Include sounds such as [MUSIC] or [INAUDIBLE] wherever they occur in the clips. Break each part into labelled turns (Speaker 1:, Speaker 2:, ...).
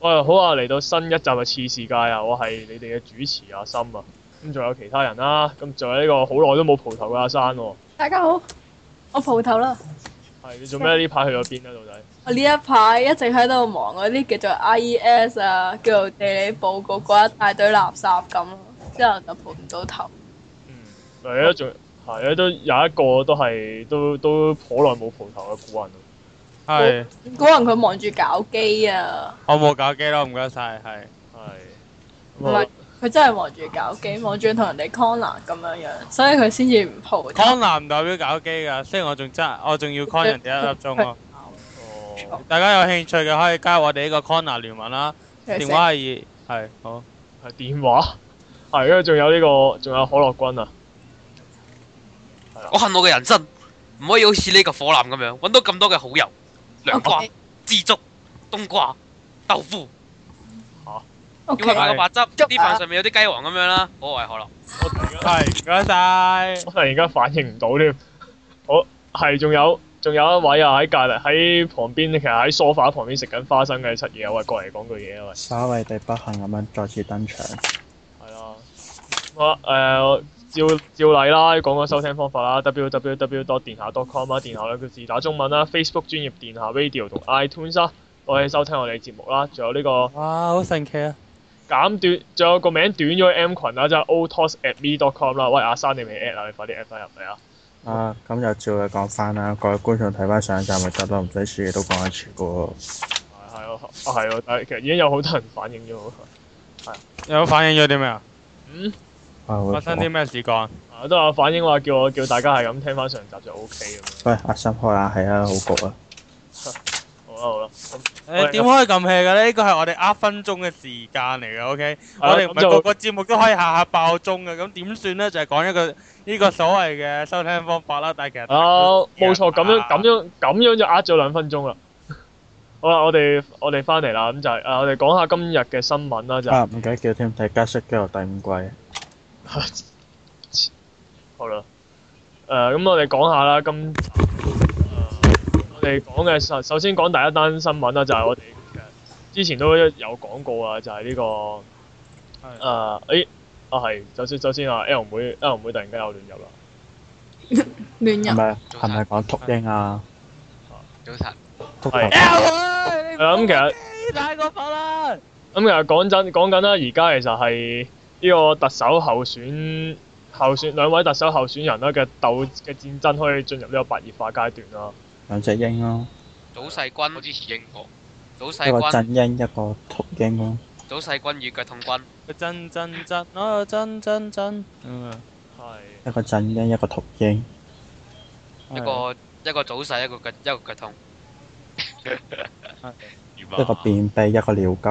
Speaker 1: 喂，好啊！嚟到新一集嘅次世界啊，我係你哋嘅主持阿森啊，咁仲有其他人啦、咁仲有呢個好耐都冇蒲頭嘅阿生喎、
Speaker 2: 大家好，我蒲頭啦。
Speaker 1: 係你做咩呢排去咗邊啊？到底？
Speaker 2: 我呢一排一直喺度忙嗰啲叫做 IES 啊，叫做地理報告嗰一大堆垃圾咁咯，之後就蒲唔到頭。
Speaker 1: 嗯，嚟啊，仲係啊，都有一個都係都都好耐冇蒲頭嘅古人啊。
Speaker 3: 係，
Speaker 2: 可能佢忙住搞機啊，
Speaker 3: 我冇搞機咯，唔該晒，係。
Speaker 1: 係。
Speaker 2: 唔
Speaker 1: 啊咁
Speaker 2: 係
Speaker 1: 啊，
Speaker 2: 佢真係忙住搞機，忙住同人哋 conner 咁樣樣，所以佢先至唔蒲頭。
Speaker 3: 康南唔代表搞機㗎，雖然我仲爭，我仲要 con 人哋一粒鐘咯。
Speaker 1: 哦，
Speaker 3: 大家有興趣嘅可以加入我哋呢個 Connor 聯盟啦，電話係二係好。
Speaker 1: 係電話。係，跟住仲有呢、個，仲有可樂君啊。
Speaker 4: 我恨我嘅人生，唔可以好似呢個火腩咁樣，揾到咁多嘅好油、涼瓜、枝竹、冬瓜、豆腐，
Speaker 2: O
Speaker 3: 啊
Speaker 4: 要揾
Speaker 2: K，
Speaker 4: 埋個白汁，啲飯上面有啲雞黃咁樣啦，我為可樂。
Speaker 1: 我突然間
Speaker 3: 係，唔該晒。
Speaker 1: 我突然間反應唔到添。好，係仲有仲有一位啊喺隔離喺旁邊，其實喺 sofa 旁邊食緊花生嘅七爺啊，喂，過嚟講句嘢啊，喂，
Speaker 5: 稍為地不幸咁樣再次登場，
Speaker 1: 係啦，好啊啦，誒、照照例啦，講個收聽方法啦，www. 電下 .com 啦，電下兩個字打中文啦，Facebook 專業電下 radio 同 iTunes 啦，可以收聽我哋節目啦，仲有呢、個。
Speaker 3: 哇，好神奇啊！
Speaker 1: 減短，仲有個名短咗嘅 M 群啊啦，即係 otos@me.com 啦。喂，阿生你未 at 啊？你快啲 at 翻入嚟啊！
Speaker 5: 啊，咁就照佢講翻啦，各位觀眾睇翻上一集咪得咯，唔使次次都講一次嘅喎。
Speaker 1: 係係啊，係啊，但係其實已經有好多人反映咗喎。
Speaker 3: 有反映咗啲咩啊？
Speaker 1: 嗯，
Speaker 5: 啊好
Speaker 3: 發生啲咩事幹？
Speaker 1: 啊都有反映話叫我叫大家係咁聽翻上集就 O K 咁樣。
Speaker 5: 喂，阿森開冷氣啊，好焗啊！
Speaker 1: 好啦好啦，咁
Speaker 3: 誒點可以咁 hea 嘅咧？呢個係我哋呃分鐘嘅時間嚟嘅，OK？我
Speaker 1: 係啦
Speaker 3: 哋唔
Speaker 1: 咁
Speaker 3: 係個
Speaker 1: 就
Speaker 3: 個節目都可以下下爆鐘嘅，咁點算咧？就係講一個呢個所謂嘅收聽方法啦，但係其實
Speaker 1: 啊冇錯，咁樣
Speaker 3: 啊
Speaker 1: 咁樣咁樣就呃咗兩分鐘啦。好啦，我哋我哋翻嚟啦，咁就係啊，我哋講下今日嘅新聞啦，就係
Speaker 5: 啊，唔記得叫添，睇《加色肌肉》第五季。
Speaker 1: 好啦，誒、咁我哋講下啦，今集誒我哋講嘅首首先講第一單新聞啦，就係、我哋嘅之前都有講過啊，就係、呢、個誒誒、
Speaker 3: 係
Speaker 1: 咦啊係，首先首先啊 L 妹 L 妹突然間有亂入啦，
Speaker 2: 亂
Speaker 5: 係
Speaker 2: 入。
Speaker 5: 咪係咪講禿鷹啊？
Speaker 4: 早晨，
Speaker 1: 係
Speaker 5: 禿頭
Speaker 1: 係啦咁其實。
Speaker 3: 太過分啦！
Speaker 1: 咁其實講真講緊啦，而家其實係呢個特首候選候選兩位特首候選人啦嘅鬥嘅戰爭可以進入呢個白熱化階段啦。
Speaker 5: 兩隻鷹咯，
Speaker 4: 早世軍，我支持英國。早世
Speaker 5: 一個
Speaker 4: 軍，
Speaker 5: 真鷹，一個禿鷹咯。
Speaker 4: 早世軍與腳痛軍，
Speaker 3: 佢真真真啊，真真真，嗯，
Speaker 1: 係
Speaker 5: 一個真鷹，一個禿鷹。嗯
Speaker 4: 一個一個早世，一個腳一個腳 [LAUGHS] 痛。
Speaker 5: 一個便秘，一個尿急。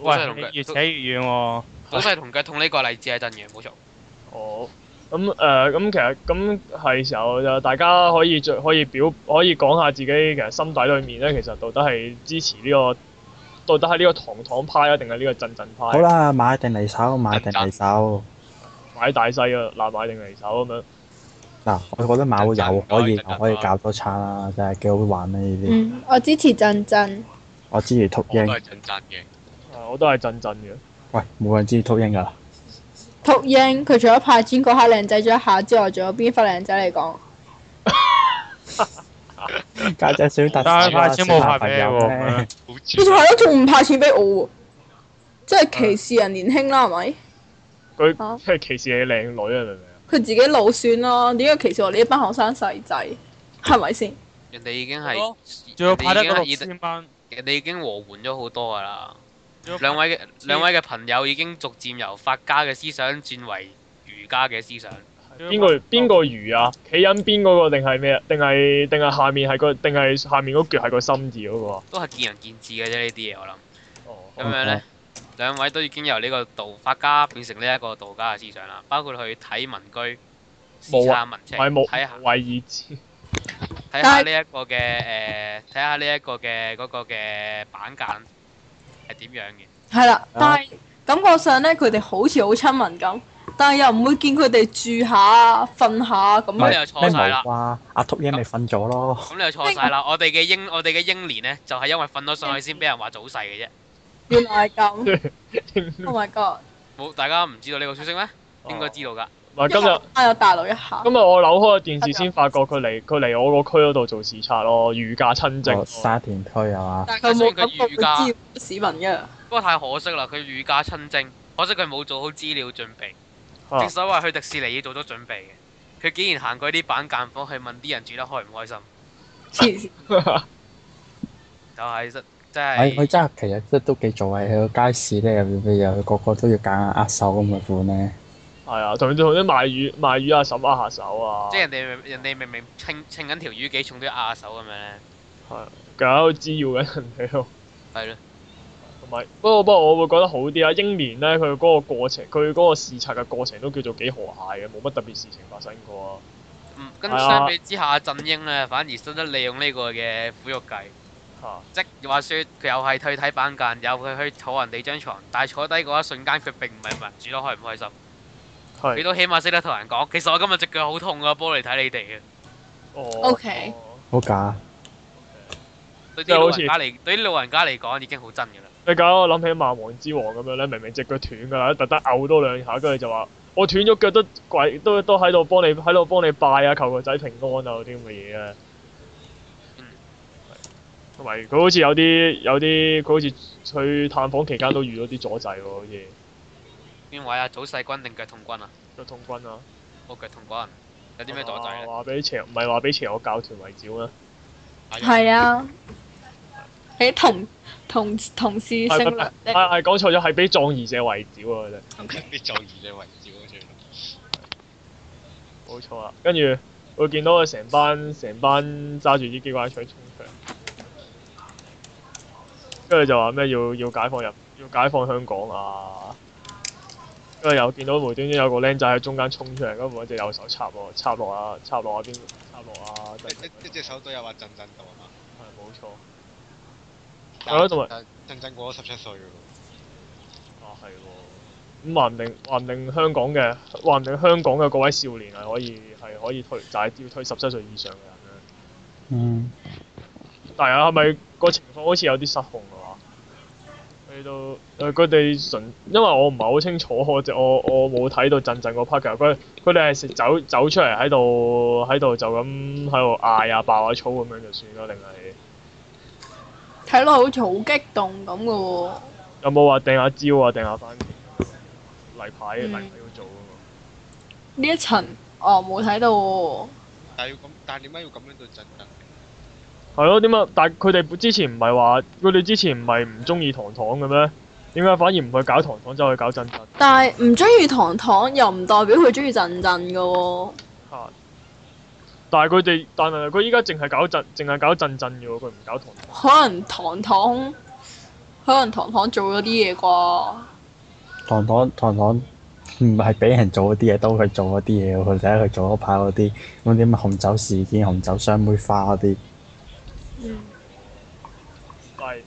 Speaker 3: 喂
Speaker 4: 早世同，腳
Speaker 3: 越扯越遠喎。
Speaker 4: 早世同腳痛呢個例子係真嘅，冇錯。
Speaker 1: 好。咁誒咁其實咁係時候就大家可以著可以表可以講下自己其實心底裏面咧，其實到底係支持呢、個到底係呢個糖糖派啊，定係呢個陣陣派？
Speaker 5: 好啦，買定離手，買定離手。
Speaker 1: 買大細啊，嗱買定離手咁樣。
Speaker 5: 嗱，我覺得馬會有可以
Speaker 4: 陣間
Speaker 5: 可以搞多餐啦，真係幾好玩呢呢啲。
Speaker 2: 嗯，我支持振振。
Speaker 5: 我支持禿鷹，
Speaker 4: 係陣陣嘅。
Speaker 1: 啊我都係陣陣嘅。
Speaker 5: 喂，冇人支持禿鷹㗎啦。
Speaker 2: 禿鷹佢除咗派錢嗰下靚仔咗一下之外，仲有邊忽靚仔嚟講？
Speaker 5: 家姐小特
Speaker 3: 但係
Speaker 5: 首啊
Speaker 3: 派錢冇派俾你
Speaker 5: 小朋友
Speaker 3: 喎
Speaker 5: 咩，
Speaker 2: 佢仲係咯，仲唔派錢俾我喎，即係歧視人年輕啦，係咪？
Speaker 1: 佢
Speaker 2: 啊
Speaker 1: 即係歧視你靚女啊，明唔明啊？
Speaker 2: 佢自己老算啦，點解歧視我哋一班學生細仔？係咪先？
Speaker 4: 人哋已經
Speaker 3: 係
Speaker 4: 係，
Speaker 3: 仲要派得嗰
Speaker 4: 人哋
Speaker 3: 六
Speaker 4: 已經係
Speaker 3: 千蚊，
Speaker 4: 人哋已經和緩咗好多㗎啦。
Speaker 3: 仲要
Speaker 4: 兩位嘅兩位嘅朋友已經逐漸由法家嘅思想轉為儒家嘅思想。
Speaker 1: 邊個邊個魚啊？企緊邊嗰個定係咩啊？定係定係下面係個定係下面嗰橛係個心字嗰個啊？
Speaker 4: 都係見仁見智嘅啫，呢啲嘢我諗。咁
Speaker 1: 哦，
Speaker 4: 樣
Speaker 5: 嗯
Speaker 4: 呢，兩位都已經由呢個道法家變成呢一個道家嘅思想啦，包括去睇民居、視
Speaker 1: 冇啊
Speaker 4: 察民
Speaker 1: 唔
Speaker 4: 情、
Speaker 1: 係冇
Speaker 4: 睇下
Speaker 1: 無為而治。
Speaker 4: 睇下呢一個嘅誒，呃睇下呢一個嘅嗰個嘅板間係點樣嘅。
Speaker 2: 係啦，
Speaker 5: 啊
Speaker 2: 但係感覺上咧，佢哋好似好親民咁，但係又唔會見佢哋住下、瞓下咁
Speaker 4: 唔係
Speaker 2: 樣。
Speaker 4: 又
Speaker 6: 你
Speaker 4: 錯晒
Speaker 6: 冇
Speaker 4: 啦。
Speaker 6: 話阿秃英咪瞓咗
Speaker 4: [LAUGHS]
Speaker 6: 咯？
Speaker 4: 咁你又錯晒啦！我哋嘅英我哋嘅英年咧，就係因為瞓咗上去先俾人話早逝嘅啫。
Speaker 2: 原來係咁。
Speaker 1: [LAUGHS]
Speaker 2: Oh my god！
Speaker 4: 冇大家唔知道呢個消息咩？ [LAUGHS]
Speaker 2: 哦
Speaker 4: 應該知道㗎。
Speaker 1: 唔哦係今日。
Speaker 2: 啊，有大陸一下。
Speaker 1: 今日我扭開個電視先發覺佢嚟佢嚟我個區嗰度做視察咯，御駕親
Speaker 5: 哦
Speaker 1: 征。
Speaker 5: 沙田區係嘛？
Speaker 2: 但係佢冇諗過會啊滋擾市民嘅。
Speaker 4: 不過太可惜啦，佢御駕親征，可惜佢冇做好資料準備。
Speaker 1: 啊
Speaker 4: 正所謂去迪士尼要做咗準備嘅，佢竟然行過啲板間房去問啲人住得開唔開心，
Speaker 2: 黐線，
Speaker 4: 就係真真
Speaker 5: 係哎佢
Speaker 4: 係
Speaker 5: 真係其實都都幾做嘅，佢個街市咧又要又個個都要揀硬握手咁嘅款咧。
Speaker 1: 係啊，同同啲賣魚賣魚阿嬸握下手啊，
Speaker 4: 即係人哋明人哋明明稱稱緊條魚幾重都要壓下手咁樣咧，
Speaker 1: 搞滋擾緊人哋咯。
Speaker 4: 係咯。
Speaker 1: 同埋不過不過我會覺得好啲啊，英年咧佢嗰個過程，佢嗰個視察嘅過程都叫做幾和諧嘅，冇乜特別事情發生過啊。
Speaker 4: 嗯，跟
Speaker 1: 係啊
Speaker 4: 相比之下，振英咧反而識得利用呢個嘅苦肉計，
Speaker 1: 嚇
Speaker 4: 即話説佢又係退體板間，又佢去坐人哋張床，但係坐低嗰一瞬間，佢並唔係問住得開唔開心，佢
Speaker 1: 係
Speaker 4: 都起碼識得同人講，其實我今日只腳好痛啊，幫嚟睇你哋嘅。
Speaker 1: 哦。
Speaker 2: OK
Speaker 5: 好假，
Speaker 4: 對
Speaker 1: 即係
Speaker 4: 啲老
Speaker 1: 好似
Speaker 4: 人家嚟，對啲老人家嚟講已經好真㗎啦。
Speaker 1: 你搞我諗起萬王之王咁樣咧，明明只腳斷㗎啦，特登嘔多兩下，跟住就話我斷咗腳都跪 [LAUGHS] 都都喺度幫你喺度幫你拜啊，求個仔平安啊嗰啲咁嘅嘢啊
Speaker 4: 嗯。
Speaker 1: 同埋佢好似有啲有啲，佢好似去探訪期間都遇到啲阻滯喎，好似
Speaker 4: 邊位啊？早世軍定腳痛軍啊？
Speaker 1: 個痛軍啊。
Speaker 4: 我腳痛軍有啲咩阻滯
Speaker 1: 啊
Speaker 4: 咧？
Speaker 1: 話俾邪唔係話俾邪我教團圍剿啊咩？
Speaker 2: 係啊。喺同同同事
Speaker 1: 係
Speaker 2: 性
Speaker 1: 係係係講錯咗，係俾壯義者圍剿啊！佢哋
Speaker 7: 啲做兒嘅圍照最
Speaker 1: 冇錯啦。跟住會見到佢成班成班揸住啲機關槍衝出嚟，跟住就話咩要要解放入要解放香港啊！跟住又見到無端端有個僆仔喺中間衝出嚟，咁我隻右手插落插落啊插落啊邊插落啊！真係
Speaker 7: 一一隻手都有話震震到啊嘛，
Speaker 1: 係冇錯係
Speaker 7: 但
Speaker 1: 咯
Speaker 7: 係
Speaker 1: 同埋
Speaker 7: 震震震過咗十七歲嘅喎，
Speaker 1: 啊係喎。咁話唔定話唔定香港嘅話唔定香港嘅各位少年啊係可以係可以推就係、要推十七歲以上嘅人啊咧。
Speaker 5: 嗯，
Speaker 1: 但係係咪個情況好似有啲失控嘅話？去到誒佢哋純，因為我唔係好清楚，我就我我冇睇到陣陣嗰 part 㗎。佢佢哋係食走走出嚟喺度喺度就咁喺度嗌啊爆下粗咁樣就算啦，定係
Speaker 2: 睇落好似好激動咁嘅喎。
Speaker 1: 有冇話掟下蕉啊掟下番茄啊例牌例
Speaker 2: 嗯
Speaker 1: 牌要做啊㗎
Speaker 2: 呢一層哦冇睇到喎。
Speaker 7: 但係要咁，但係點解要咁樣對震震？
Speaker 1: 嘛？係咯，點解？但係佢哋之前唔係話佢哋之前唔係唔中意糖糖嘅咩？點解反而唔去搞糖糖，走去搞陣陣？
Speaker 2: 但係唔中意糖糖又唔代表佢中意陣陣嘅喎。
Speaker 1: 嚇！但係佢哋，但係佢依家淨係搞震，淨係搞震震嘅喎，佢唔搞同。
Speaker 2: 可能糖糖，可能糖糖做咗啲嘢啩。
Speaker 5: 糖糖糖糖唔係俾人做嗰啲嘢，都佢做嗰啲嘢喎，佢睇佢做嗰排嗰啲嗰啲乜紅酒事件、紅酒雙妹花嗰啲，
Speaker 2: 嗯，
Speaker 1: 但係，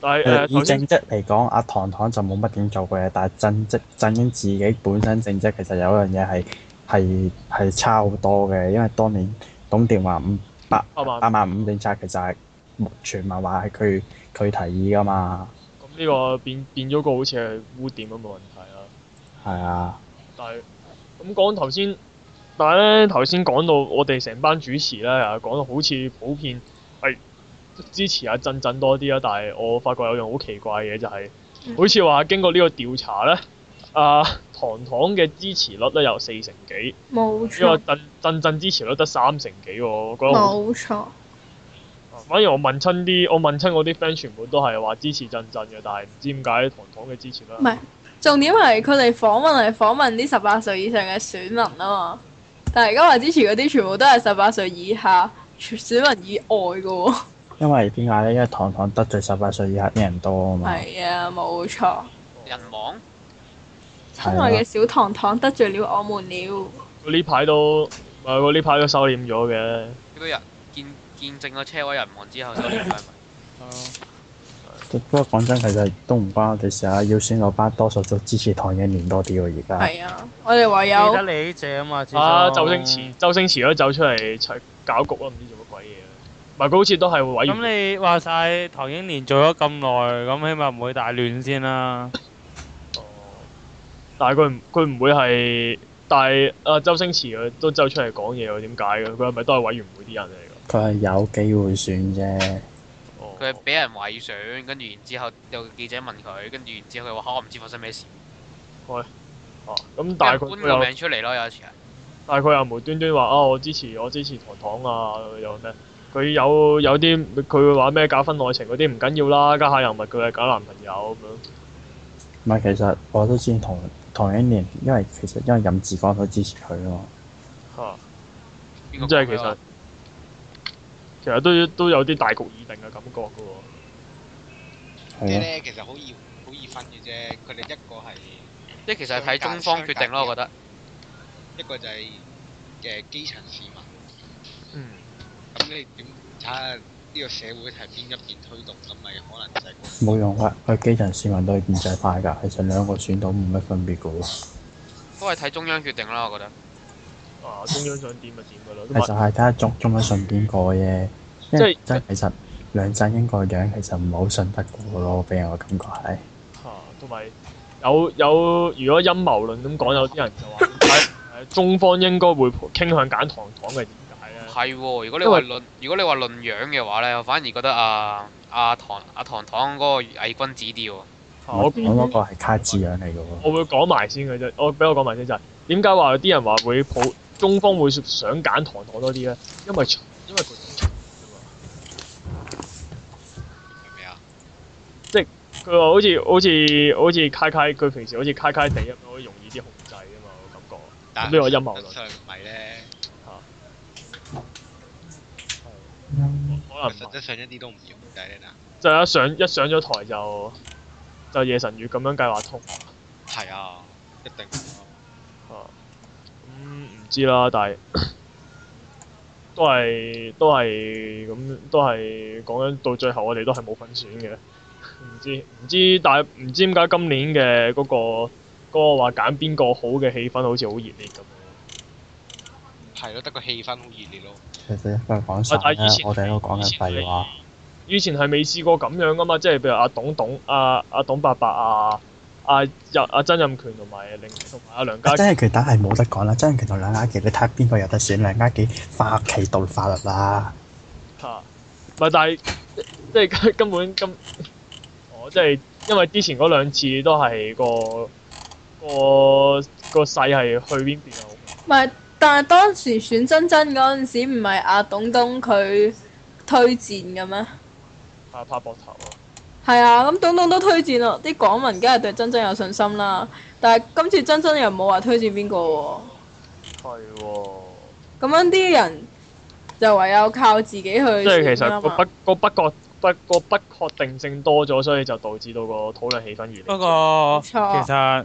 Speaker 1: 但係 [LAUGHS] 誒
Speaker 5: 誒呃以
Speaker 1: 頭呃先
Speaker 5: 正職嚟講，阿糖糖就冇乜點做過嘢，但係正職正英自己本身正職其實有一樣嘢係係係差好多嘅，因為當年董電話五百
Speaker 1: 八萬
Speaker 5: 八萬五政策其實係傳聞話係佢佢提議噶嘛，
Speaker 1: 咁呢個變變咗個好似係污點咁嘅問題啦。
Speaker 5: 係啊，
Speaker 1: 但係咁講頭先，但係咧頭先講到我哋成班主持咧，又講到好似普遍係支持阿震震多啲啊啦。但係我發覺有樣好奇怪嘅嘢就係、
Speaker 2: 嗯
Speaker 1: 好似話經過呢個調查咧，啊糖糖嘅支持率咧有四成幾。
Speaker 2: 冇
Speaker 1: 因為
Speaker 2: 錯，
Speaker 1: 陣陣陣之前都得三成幾喎，我覺得好
Speaker 2: 冇錯。
Speaker 1: 反而我問親啲，我問親我啲 friend 全部都係話支持陣陣嘅，但係唔知點解糖糖嘅支持
Speaker 2: 唔係
Speaker 1: 啦。
Speaker 2: 重點係佢哋訪問係訪問啲十八歲以上嘅選民啊嘛。但係而家話之前嗰啲全部都係十八歲以下全選民以外嘅喎。
Speaker 5: 因為點解咧？因為糖糖得罪十八歲以下啲人多啊嘛，
Speaker 2: 係啊，冇錯。
Speaker 4: 人亡
Speaker 2: 親愛嘅小糖糖得罪了我們了。
Speaker 1: 佢呢排都，誒佢呢排都收斂咗嘅。 [LAUGHS]
Speaker 3: 어.
Speaker 4: 嗰人見見證個車位人亡之後，收斂翻埋。
Speaker 5: 不過講真，其實都唔關我哋事啊！要選嗰班多數都支持唐英年多啲喎，而家。
Speaker 2: 係啊，我哋唯有
Speaker 3: 記得你呢只啊嘛，始終
Speaker 1: 啊，周星馳，周星馳都走出嚟出搞局咯，唔知做乜鬼嘢啊。唔係佢好似都係委員會
Speaker 3: 咁你話晒唐英年做咗咁耐，咁起碼唔會大亂先啦。
Speaker 1: 哦，但係佢唔佢唔會係，但係啊周星馳佢都走出嚟講嘢喎，點解嘅？佢係咪都係委員會啲人嚟
Speaker 5: 佢係有機會選啫，
Speaker 1: 㗎？哦，
Speaker 4: 佢係俾人毀損，跟住然之後有個記者問佢，跟住然之後佢話：嚇我唔知發生咩事，
Speaker 1: 哦咁
Speaker 4: 跟
Speaker 1: 但係
Speaker 4: 住
Speaker 1: 佢
Speaker 4: 搬
Speaker 1: 佢
Speaker 4: 個
Speaker 1: 又
Speaker 4: 名出嚟咯，有一次係。
Speaker 1: 但係佢又無端端話啊我支持我支持糖糖啊又咩？佢有有啲佢會話咩搞婚外情嗰啲唔緊要啦，家下又唔係佢係搞男朋友咁樣。
Speaker 5: 唔係其實我都知唐唐英年，因為其實因為任志剛都支持佢啊嘛。
Speaker 1: 嚇
Speaker 4: 邊個
Speaker 1: 咁即係
Speaker 4: 講
Speaker 1: 其
Speaker 4: 佢話
Speaker 1: 實其實都都有啲大局已定嘅感覺㗎喎。
Speaker 5: 係
Speaker 7: 啲
Speaker 5: 啊，
Speaker 7: 咧其實好易好易分嘅啫，佢哋一個係
Speaker 4: 即係其實係睇中方決定咯，我覺得。
Speaker 7: 一個就係誒基層市民，
Speaker 1: 嗯。
Speaker 7: 咁你點睇下呢個社會係邊一邊推動，咁咪可能就係嗰
Speaker 5: 冇用㗎，佢基層市民都係建制派㗎，其實兩個選到冇乜分別㗎喎。
Speaker 4: 都係睇中央決定啦，我覺得。
Speaker 1: 啊，中央想點就點㗎啦。
Speaker 5: 其實係睇下中中央信邊個啫，因為真係其實梁振英個樣其實唔係好信得過咯，俾人個感覺係。
Speaker 1: 嚇，同埋有有，如果陰謀論咁講，有啲人就
Speaker 4: [LAUGHS]
Speaker 1: 話點解誒中方應該會傾向揀糖糖嘅點啊解咧？
Speaker 4: 係喎，如果你
Speaker 1: 因
Speaker 4: 話
Speaker 1: 為
Speaker 4: 論，如果你話論樣嘅話咧，我反而覺得啊阿唐阿唐唐嗰個偽君子啲喎。
Speaker 1: 嚇
Speaker 5: 我
Speaker 1: 我
Speaker 5: 講嗰個係卡字樣嚟㗎喎。
Speaker 1: 我會講埋先嘅啫，我俾我講埋先就係點解話有啲人話會抱中方會想揀糖糖多啲咧？因為因為佢
Speaker 7: 個係咪啊？
Speaker 1: 佢話好似好似好似揩揩，佢平時好似揩揩地咁樣，好似容易啲控制啊嘛，我感覺。
Speaker 7: 但
Speaker 1: 呢個陰謀論
Speaker 7: 上唔係咧，
Speaker 1: 可啊能唔
Speaker 7: 實
Speaker 1: 係
Speaker 7: 質上一啲都唔容易咧嗱。
Speaker 1: 就係一上一上咗台就就夜神月咁樣計劃通。
Speaker 7: 係啊，一定啊
Speaker 1: 啊，咁嗯唔知啦，但係 [COUGHS] 都係都係咁，都係講緊到最後，我哋都係冇份選嘅。唔知唔知，但係唔知點解今年嘅嗰、個嗰、個話揀邊個好嘅氣氛好似好熱烈咁樣。
Speaker 7: 係咯，得個氣氛好熱烈咯。
Speaker 5: 其實一個講晒
Speaker 1: 但係以
Speaker 5: 啦，
Speaker 1: 前
Speaker 5: 我哋都講緊廢話。
Speaker 1: 以前係未試過咁樣噶嘛，即係譬如阿董董、阿阿董伯伯、啊、阿任阿曾蔭權同埋另同埋阿梁家
Speaker 5: 啊真係權打係冇得講啦，真係權同兩家傑，你睇下邊個有得選？兩家傑法其道法律啦，
Speaker 1: 嚇，唔係，但係即係 [LAUGHS] 根本今，我即係因為之前嗰兩次都係個個個勢係去邊邊啊？
Speaker 2: 唔係，但係當時選真真嗰陣時，唔係阿董董佢推薦嘅咩？
Speaker 1: 拍拍膊頭啊！
Speaker 2: 係啊，咁董董都推薦咯，啲港民梗係對真真有信心啦。但係今次真真又冇話推薦邊個喎，
Speaker 1: 係喎，
Speaker 2: 咁樣啲人就唯有靠自己去選啦嘛。
Speaker 1: 即係其
Speaker 2: 啊
Speaker 1: 實個不個不確不個不確定性多咗，所以就導致到個討論氣氛熱烈。
Speaker 3: 不
Speaker 2: 冇
Speaker 3: 過其
Speaker 2: 錯
Speaker 3: 實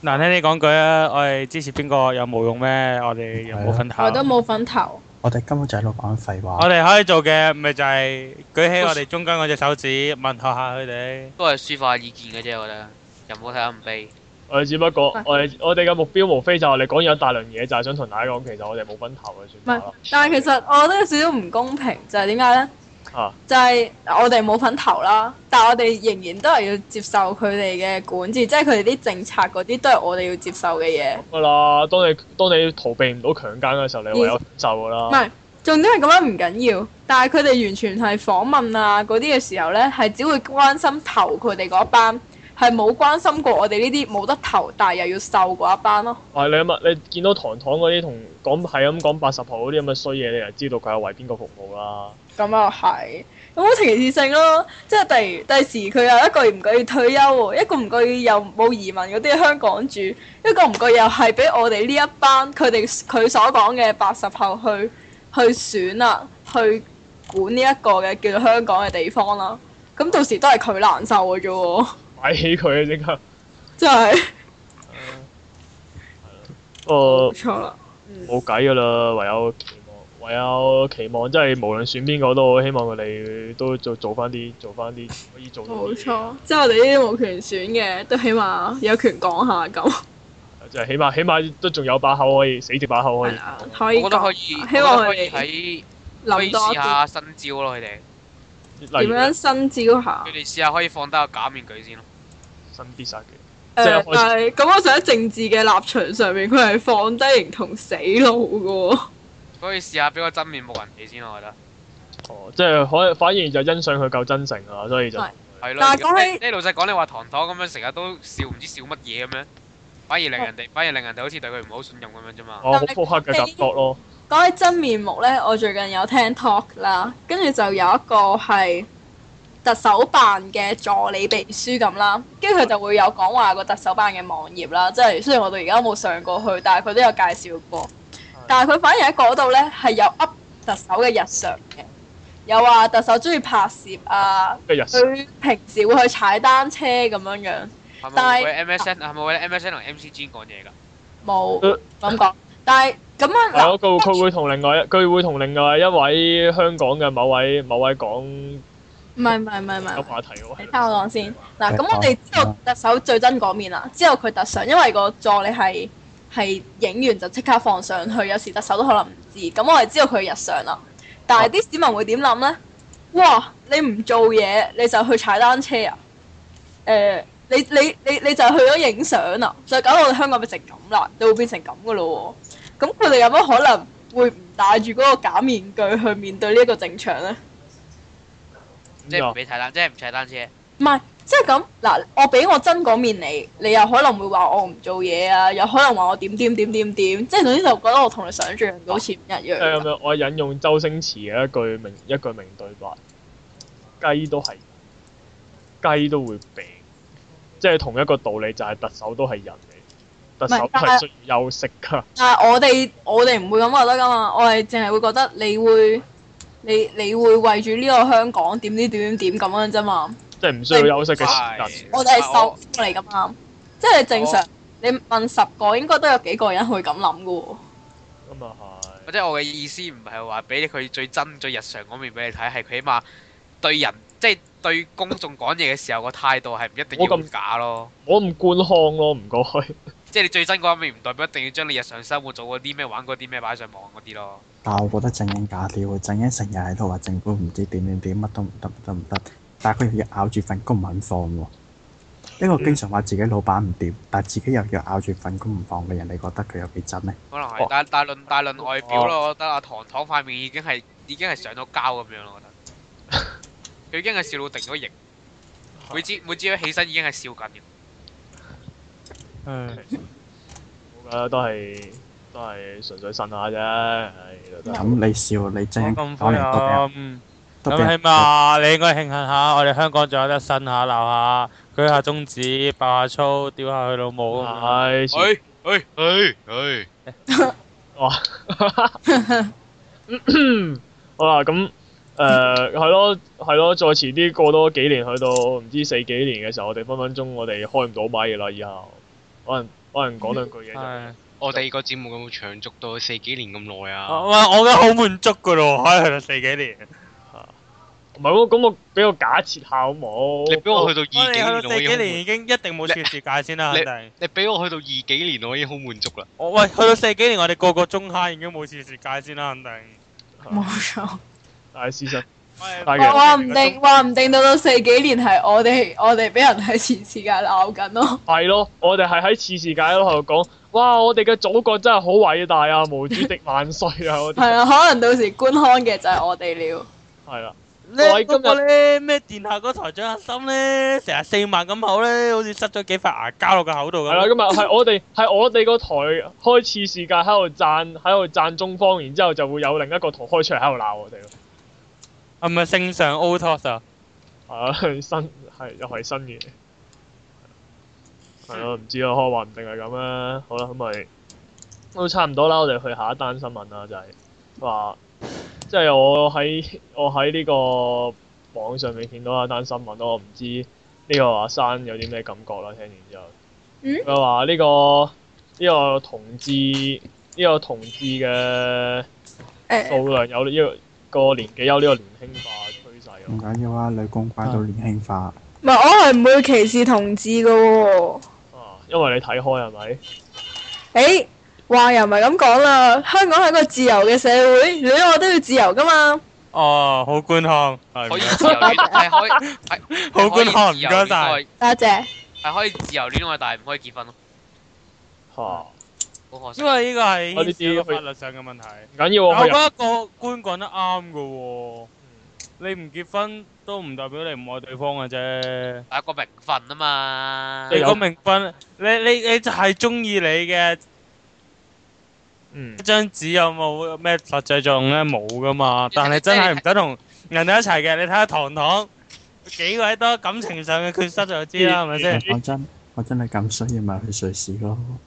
Speaker 3: 難聽啲講句啊，我哋支持邊個有冇用咩？我哋又冇份
Speaker 2: 我
Speaker 3: 投。
Speaker 2: 都冇份投。
Speaker 5: 我哋根本就喺度講緊廢
Speaker 3: 我
Speaker 5: 話。
Speaker 3: 哋可以做嘅咪就係舉起我哋中間嗰隻手指問候下佢哋。
Speaker 4: 都係抒發意見嘅啫，我覺得又唔好睇得咁悲。
Speaker 1: 我哋只不過
Speaker 2: 係
Speaker 1: 我哋我哋嘅目標無非就係我哋講有大量嘢，就係想同大家講，其實我哋冇分頭嘅算法啦。
Speaker 2: 但係其實我覺得有少少唔公平，就係點解咧？
Speaker 1: 啊
Speaker 2: 就係我哋冇份投啦，但係我哋仍然都係要接受佢哋嘅管治，即係佢哋啲政策嗰啲都係我哋要接受嘅嘢。
Speaker 1: 㗎啦，當你當你逃避唔到強姦嘅時候，你唯有受㗎啦。
Speaker 2: 唔係，重點係咁樣唔緊要，但係佢哋完全係訪問啊嗰啲嘅時候呢，係只會關心投佢哋嗰班，係冇關心過我哋呢啲冇得投但係又要受嗰一班咯。
Speaker 1: 係你諗下，你見到糖糖嗰啲同講係咁講八十號嗰啲咁嘅衰嘢，你就知道佢係為邊個服務啦。
Speaker 2: 咁又係，咁好歧視性咯。即係第第時佢又一個唔覺意退休喎，一個唔覺意又冇移民嗰啲喺香港住，一個唔覺意又係俾我哋呢一班佢哋佢所講嘅八十後去去選啦，去管呢一個嘅叫做香港嘅地方啦。咁到時都係佢難受嘅啫喎，
Speaker 1: 買起佢啊！即
Speaker 2: [LAUGHS]
Speaker 1: 刻。
Speaker 2: 真係
Speaker 1: 哦
Speaker 2: 冇，錯啦。
Speaker 4: 哦
Speaker 1: 冇計㗎啦，唯有期望，唯有期望，即係無論選邊個都好，希望佢哋都做做翻啲做翻啲可以做到
Speaker 2: 冇
Speaker 1: 嘅嘢
Speaker 2: 錯，即係我哋呢啲冇權選嘅，都起碼有權講下咁，
Speaker 1: 即係起碼起碼都仲有把口可以死住把口可以
Speaker 2: 係。啦，可以
Speaker 4: 我覺得可
Speaker 2: 講，
Speaker 4: 以，
Speaker 2: 希望
Speaker 4: 我
Speaker 2: 佢
Speaker 4: 覺得可
Speaker 2: 哋
Speaker 4: 以喺可以
Speaker 2: 諗多
Speaker 4: 試
Speaker 2: 啲
Speaker 4: 下新招咯，佢哋
Speaker 1: 例
Speaker 2: 點
Speaker 1: 如
Speaker 2: 樣新招下
Speaker 4: 佢。哋試下可以放低個假面具先咯。
Speaker 1: 新必殺技，即係開始
Speaker 2: 誒，但係咁，我想喺政治嘅立場上面，佢係放低形同死路嘅喎。
Speaker 4: 可以試下俾個真面目人哋先，我覺得
Speaker 1: 哦，即係可反而就欣賞佢夠真誠啊，所以就
Speaker 2: 係
Speaker 4: 係咯。
Speaker 2: 但係講起
Speaker 4: 你你老實講，你話糖糖咁樣成日都笑唔知笑乜嘢咁樣，反而令人
Speaker 2: 哦
Speaker 4: 哋反而令人哋好似對佢唔好信任咁樣啫嘛。
Speaker 1: 哦好腹黑嘅感覺咯。
Speaker 2: 講起真面目咧，我最近有聽 talk 啦，跟住就有一個係特首辦嘅助理秘書咁啦，跟住佢就會有講話個特首辦嘅網頁啦，即係雖然我到而家冇上過去，但係佢都有介紹過。但係佢反而喺嗰度咧係有 up 特首嘅日常嘅，有話特首中意拍攝啊，
Speaker 1: 嘅日
Speaker 2: 佢平時會去踩單車咁樣樣。
Speaker 4: 係咪
Speaker 2: 但係
Speaker 4: 會 MSN 係咪會 MSN 同 MCG 講嘢㗎？
Speaker 2: 冇
Speaker 1: 呃
Speaker 2: 咁講，但係咁樣
Speaker 1: 係
Speaker 2: 嗱，
Speaker 1: 咯，佢佢會同另外一佢會同另外一位香港嘅某位某位講
Speaker 2: 唔係唔係唔係唔
Speaker 1: 有
Speaker 2: 係，
Speaker 1: 話題喎。
Speaker 2: 你
Speaker 1: 係
Speaker 2: 聽我
Speaker 1: 咯
Speaker 2: 講先。嗱，咁
Speaker 5: 你講
Speaker 2: 我哋知道特首最真嗰面啦，知道佢特上，因為個助理係係影完就即刻放上去，有時特首都可能唔知。咁我哋知道佢日常啦，但係啲市民會點諗咧？哇！你唔做嘢你就去踩單車啊？誒、你你你你就去咗影相啊？就搞到我哋香港變成咁啦，你會變成咁噶咯喎。咁佢哋有乜可能會唔戴住嗰個假面具去面對呢一個正常咧？
Speaker 4: 即
Speaker 1: 啊
Speaker 4: 係唔俾踩單，即係唔踩單車。
Speaker 2: 唔係，即係咁嗱，我俾我真嗰面你，你又可能會話我唔做嘢啊，又可能話我點點點點點，即係總之就覺得我同你想象到好似唔一
Speaker 1: 即係咁
Speaker 2: 樣。
Speaker 1: 樣，我引用周星馳嘅一句名一句名對白：雞都係雞都會病，即係同一個道理，就係特首都係人嚟，特首
Speaker 2: 唔係但係
Speaker 1: 係需要休息㗎。
Speaker 2: 但係我哋我哋唔會咁覺得噶嘛，我哋淨係會覺得你會你你會為住呢個香港點點點點點咁樣啫嘛，
Speaker 1: 即係唔需要休息嘅時間。
Speaker 2: 我哋係
Speaker 4: 但啊我
Speaker 2: 受歡嚟噶嘛，即係你正
Speaker 1: 哦
Speaker 2: 常你問十個應該都有幾個人會咁諗噶喎。
Speaker 1: 咁啊係，
Speaker 4: 即係我嘅意思唔係話俾佢最真最日常嗰面俾你睇，係佢起碼對人即係對公眾講嘢嘅時候個態度係唔一定
Speaker 1: 我
Speaker 4: 要
Speaker 1: 咁
Speaker 4: 假咯。
Speaker 1: 我唔官腔咯，唔該。 [LAUGHS]
Speaker 4: 即係你最真嗰一面唔代表一定要將你日常生活做過啲咩、玩過啲咩擺上網嗰啲咯。
Speaker 5: 但我覺得正英假料喎，正英成日喺度話政府唔知點點點，乜都唔得，乜都唔得，但係佢又要咬住份工唔肯放喎。一
Speaker 3: 嗯
Speaker 5: 個經常話自己老闆唔掂，但係自己又要咬住份工唔放嘅人，你覺得佢有幾真呢？
Speaker 4: 可能
Speaker 1: 哦
Speaker 4: 係，但但論但論外表咯，我覺得阿糖糖塊面已經係已經係上咗膠咁樣咯，我覺得。佢已經係笑到定咗型，每朝每朝一起身已經係笑緊嘅。
Speaker 3: 唉
Speaker 1: 我覺得都係都係純粹呻下啫，係都係。
Speaker 5: 咁你笑你正英
Speaker 3: 我咁
Speaker 5: 當年都俾人
Speaker 3: 灰暗。
Speaker 5: 都
Speaker 3: 咁
Speaker 5: 俾人呃
Speaker 3: 起碼你應該慶幸下，我哋香港仲有得呻下鬧下，舉下中指，爆下粗，屌下佢老母咁樣。
Speaker 1: 係，前
Speaker 4: 喂喂喂！
Speaker 7: 唉，
Speaker 1: 哇！嗯好啦，咁誒係咯係咯，再遲啲過多幾年，去到唔知四幾年嘅時候，我哋分分鐘我哋開唔到咪啦，以後可能可能講兩句嘢就
Speaker 3: 係。
Speaker 7: 我哋個節目有冇長續到四幾年咁耐啊？
Speaker 3: 哇！我覺得好滿足噶咯，可以去到四幾年。
Speaker 1: 唔係喎，咁我俾個假設下好冇？
Speaker 7: 你俾我去到
Speaker 3: 我
Speaker 7: 二
Speaker 3: 哋
Speaker 7: 幾
Speaker 3: 去到四
Speaker 7: 年，
Speaker 3: 幾
Speaker 7: 我已
Speaker 3: 年已
Speaker 7: 經
Speaker 3: 經一定冇超越界先啦，肯定。
Speaker 7: 你俾我去到二幾年，我已經好滿足啦。
Speaker 3: 我喂，去到四幾年，我哋個個中坑已經冇超越界先啦，肯定。
Speaker 2: 冇錯，
Speaker 1: 但係事實
Speaker 3: 喂
Speaker 1: 但係
Speaker 2: 我
Speaker 1: 其實
Speaker 2: 話唔定話唔定到到四幾年係我哋我哋俾人喺前次界鬧緊咯。
Speaker 1: 係咯，我哋係喺次世界嗰度講，哇！我哋嘅祖國真係好偉大啊，毛主席萬歲啊！我
Speaker 2: 係
Speaker 1: 哋
Speaker 2: 啊，可能到時觀看嘅就係我哋了。
Speaker 1: 係啦，
Speaker 3: 呢
Speaker 1: 我喺今
Speaker 3: 嗰
Speaker 1: 日
Speaker 3: 個咧咩殿下嗰台掌核心咧，成日四萬咁口咧，好似塞咗幾塊牙膠落個口度
Speaker 1: 係啦，
Speaker 3: 咁。
Speaker 1: 今日係我哋係我哋個台開次世界喺度讚喺度讚中方，然之後就會有另一個台開出嚟喺度鬧我哋咯。
Speaker 3: 係咪聖上 O Tos 啊？
Speaker 1: 係啊，新係又係新嘢。係咯，唔知啊，可能話唔定係咁啦。好啦，咁咪都差唔多啦。我哋去下一單新聞啦，就係話，即係我喺 [LAUGHS] 我喺呢個網上面見到一單新聞咯。我唔知呢個阿生有啲咩感覺啦。聽完之後，
Speaker 2: 嗯
Speaker 1: 佢話呢個呢、個同志呢、個同志嘅
Speaker 2: 誒
Speaker 1: 數量有呢個年紀有呢個年輕化趨勢
Speaker 5: 唔
Speaker 1: 咯。
Speaker 5: 緊要啊，女公關到年輕化，
Speaker 2: 唔係我係唔會歧視同志噶喎。
Speaker 1: 啊，因為你睇開係咪？
Speaker 2: 誒話又唔係咁講啦，香港係一個自由嘅社會，你我都要自由噶嘛。
Speaker 3: 哦，好官腔，係
Speaker 4: 可以
Speaker 3: 唔
Speaker 4: 自由戀，係可以 [LAUGHS] 係
Speaker 3: 好官腔
Speaker 4: 可以自由戀
Speaker 3: 唔該晒
Speaker 4: 愛，
Speaker 2: 多謝。
Speaker 4: 係可以自由戀愛，但係唔可以結婚咯，
Speaker 1: 嚇，唔
Speaker 4: 好可惜
Speaker 3: 因。為呢個係
Speaker 1: 我呢啲
Speaker 3: 牽涉到
Speaker 1: 去
Speaker 3: 法律上嘅問題。
Speaker 1: 緊要
Speaker 3: 我
Speaker 1: 啊去
Speaker 3: 覺
Speaker 1: 日
Speaker 3: 得個官講得啱嘅喎，你唔結婚都唔代表你唔愛對方嘅啫。
Speaker 4: 係一個名分啊嘛。
Speaker 1: 你
Speaker 3: 你
Speaker 1: 有
Speaker 3: 個名分，你你你就係中意你嘅
Speaker 1: 嗯
Speaker 3: 一張紙有冇咩實際作用咧？冇噶嘛。但係真係唔使同人哋一齊嘅，你睇下糖糖幾位都感情上嘅缺失就知啦，係咪先？
Speaker 5: 講真，我真係咁需要咪去瑞士咯。
Speaker 3: 嗯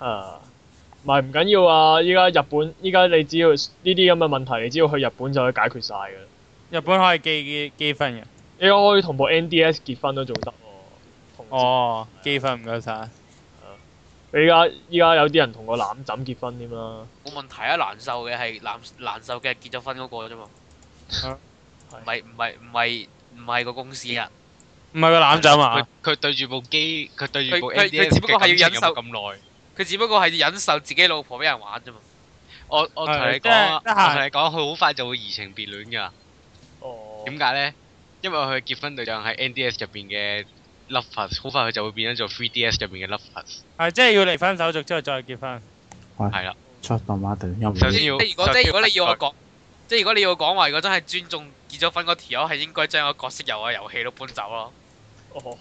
Speaker 1: 嚇，啊唔係唔緊要啊！依家日本依家你只要呢啲咁嘅問題，你只要去日本就可以解決晒㗎啦。
Speaker 3: 日本可以寄寄寄婚嘅。
Speaker 1: 你可以同部 NDS 結婚都仲得喎。同志
Speaker 3: 哦，寄婚唔該晒。
Speaker 1: 你依家依家有啲人同個攬枕結婚添啦。
Speaker 4: 冇問題啊，難受嘅係難難受嘅係結咗婚嗰個啫嘛，
Speaker 3: 啊
Speaker 4: 唔係唔係唔係唔係個公司啊，
Speaker 3: 唔係個攬枕啊
Speaker 7: 佢！佢對住部機，佢對住部
Speaker 4: 佢佢
Speaker 7: NDS
Speaker 4: 佢只不過係要
Speaker 7: 嘅感情
Speaker 4: 忍
Speaker 7: 有
Speaker 4: 受
Speaker 7: 冇咁耐。
Speaker 4: 佢只不過係忍受自己老婆俾人玩啫嘛，
Speaker 7: 我我同你
Speaker 3: 係
Speaker 7: 講啊，
Speaker 3: 即係得
Speaker 7: 我
Speaker 3: 閒
Speaker 7: 同你講，佢好快就會移情別戀㗎。
Speaker 1: 哦。
Speaker 7: 點解咧？因為佢結婚對象喺 NDS 入邊嘅 Lovers，好快佢就會變咗做 3DS 入邊嘅 Lovers。
Speaker 3: 係即係要離婚手續之後再結婚。
Speaker 5: 喂，
Speaker 7: 係啦，
Speaker 5: 出動畫突然間唔
Speaker 7: 首
Speaker 4: 即
Speaker 7: 先要
Speaker 4: 係如果即
Speaker 7: 首先
Speaker 4: 係如果你要我講，即係如果你要我講話，如果真係尊重結咗婚嗰條友，係應該將個角色由個遊戲都搬走咯。
Speaker 1: 哦。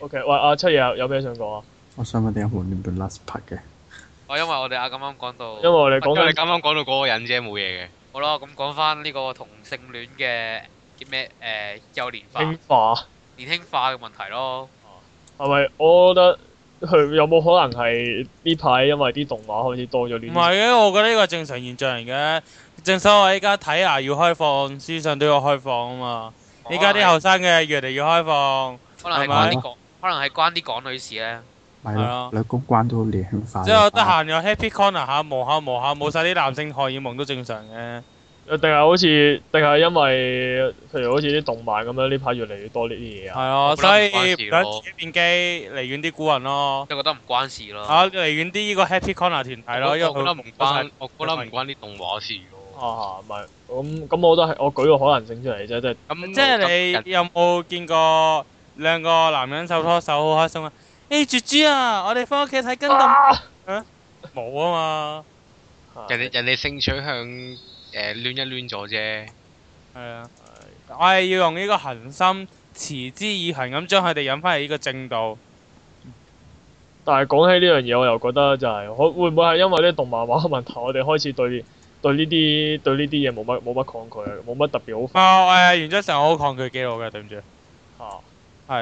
Speaker 1: OK，喂，阿七爺有有咩想講啊？
Speaker 5: 我想問點解無端端 last part 嘅？
Speaker 4: 我因為我哋啊啱啱講
Speaker 3: 哦
Speaker 1: 因為
Speaker 4: 到，
Speaker 1: 我哋講
Speaker 7: 因為你
Speaker 1: 緊
Speaker 7: 啱啱講到嗰個人啫，冇嘢嘅。
Speaker 4: 好啦，咁講翻呢個同性戀嘅叫咩誒幼年化、
Speaker 3: 啊
Speaker 1: 輕化，
Speaker 4: 年輕化嘅問題咯。
Speaker 1: 係咪？我覺得佢有冇可能係呢排因為啲動畫開始多咗
Speaker 3: 唔
Speaker 1: 呢啲？
Speaker 3: 係嘅，我覺得呢個係正常現象嚟嘅。正所謂依家睇牙要開放，思想都要開放啊嘛。
Speaker 4: 哦
Speaker 3: 依家啲後生嘅越嚟越開放，
Speaker 4: 可能
Speaker 3: 係
Speaker 4: 係關
Speaker 3: 咪
Speaker 4: 啲港，可能係關啲港女事咧。
Speaker 5: 咪
Speaker 3: 係啊
Speaker 5: 咯，女公關都年輕化。
Speaker 3: 之後得閒又 happy corner 下磨下磨下，冇晒啲男性荷爾蒙都正常嘅。
Speaker 1: 定係好似定係因為譬如好似啲動漫咁樣，呢排越嚟越多呢啲嘢
Speaker 3: 係
Speaker 1: 啊？
Speaker 3: 啊，
Speaker 7: 我覺得唔
Speaker 3: 所以
Speaker 7: 關事
Speaker 3: 唔想自己變機，離遠啲古人咯。
Speaker 4: 即係覺得唔關事咯。
Speaker 3: 啊，離遠啲呢個 happy corner 團體
Speaker 7: 我
Speaker 3: 咯，因為
Speaker 7: 我覺得唔
Speaker 3: 佢
Speaker 7: 關，我覺得唔關啲動畫事喎。
Speaker 1: 啊，唔係咁咁，我都係我舉個可能性出嚟啫，即係
Speaker 7: 咁
Speaker 3: 即係你有冇見過兩個男人手拖手好開心啊？誒，豬豬啊，我哋翻屋企睇跟咁
Speaker 1: 啊
Speaker 3: 冇啊嘛，
Speaker 7: 人哋人哋性取向誒攣一攣
Speaker 1: [LAUGHS]
Speaker 7: 咗啫。
Speaker 3: 係啊，我係要用呢個恒心持之以恒咁將佢哋引翻嚟呢個正道。
Speaker 1: 但係講起呢樣嘢，我又覺得就係、可會唔會係因為啲動漫畫嘅問題，我哋開始對對呢啲對呢啲嘢冇乜冇乜抗拒啊，冇乜特別好
Speaker 3: 啊，我誒原則上我好抗拒記錄嘅，對唔住，
Speaker 1: 嚇。啊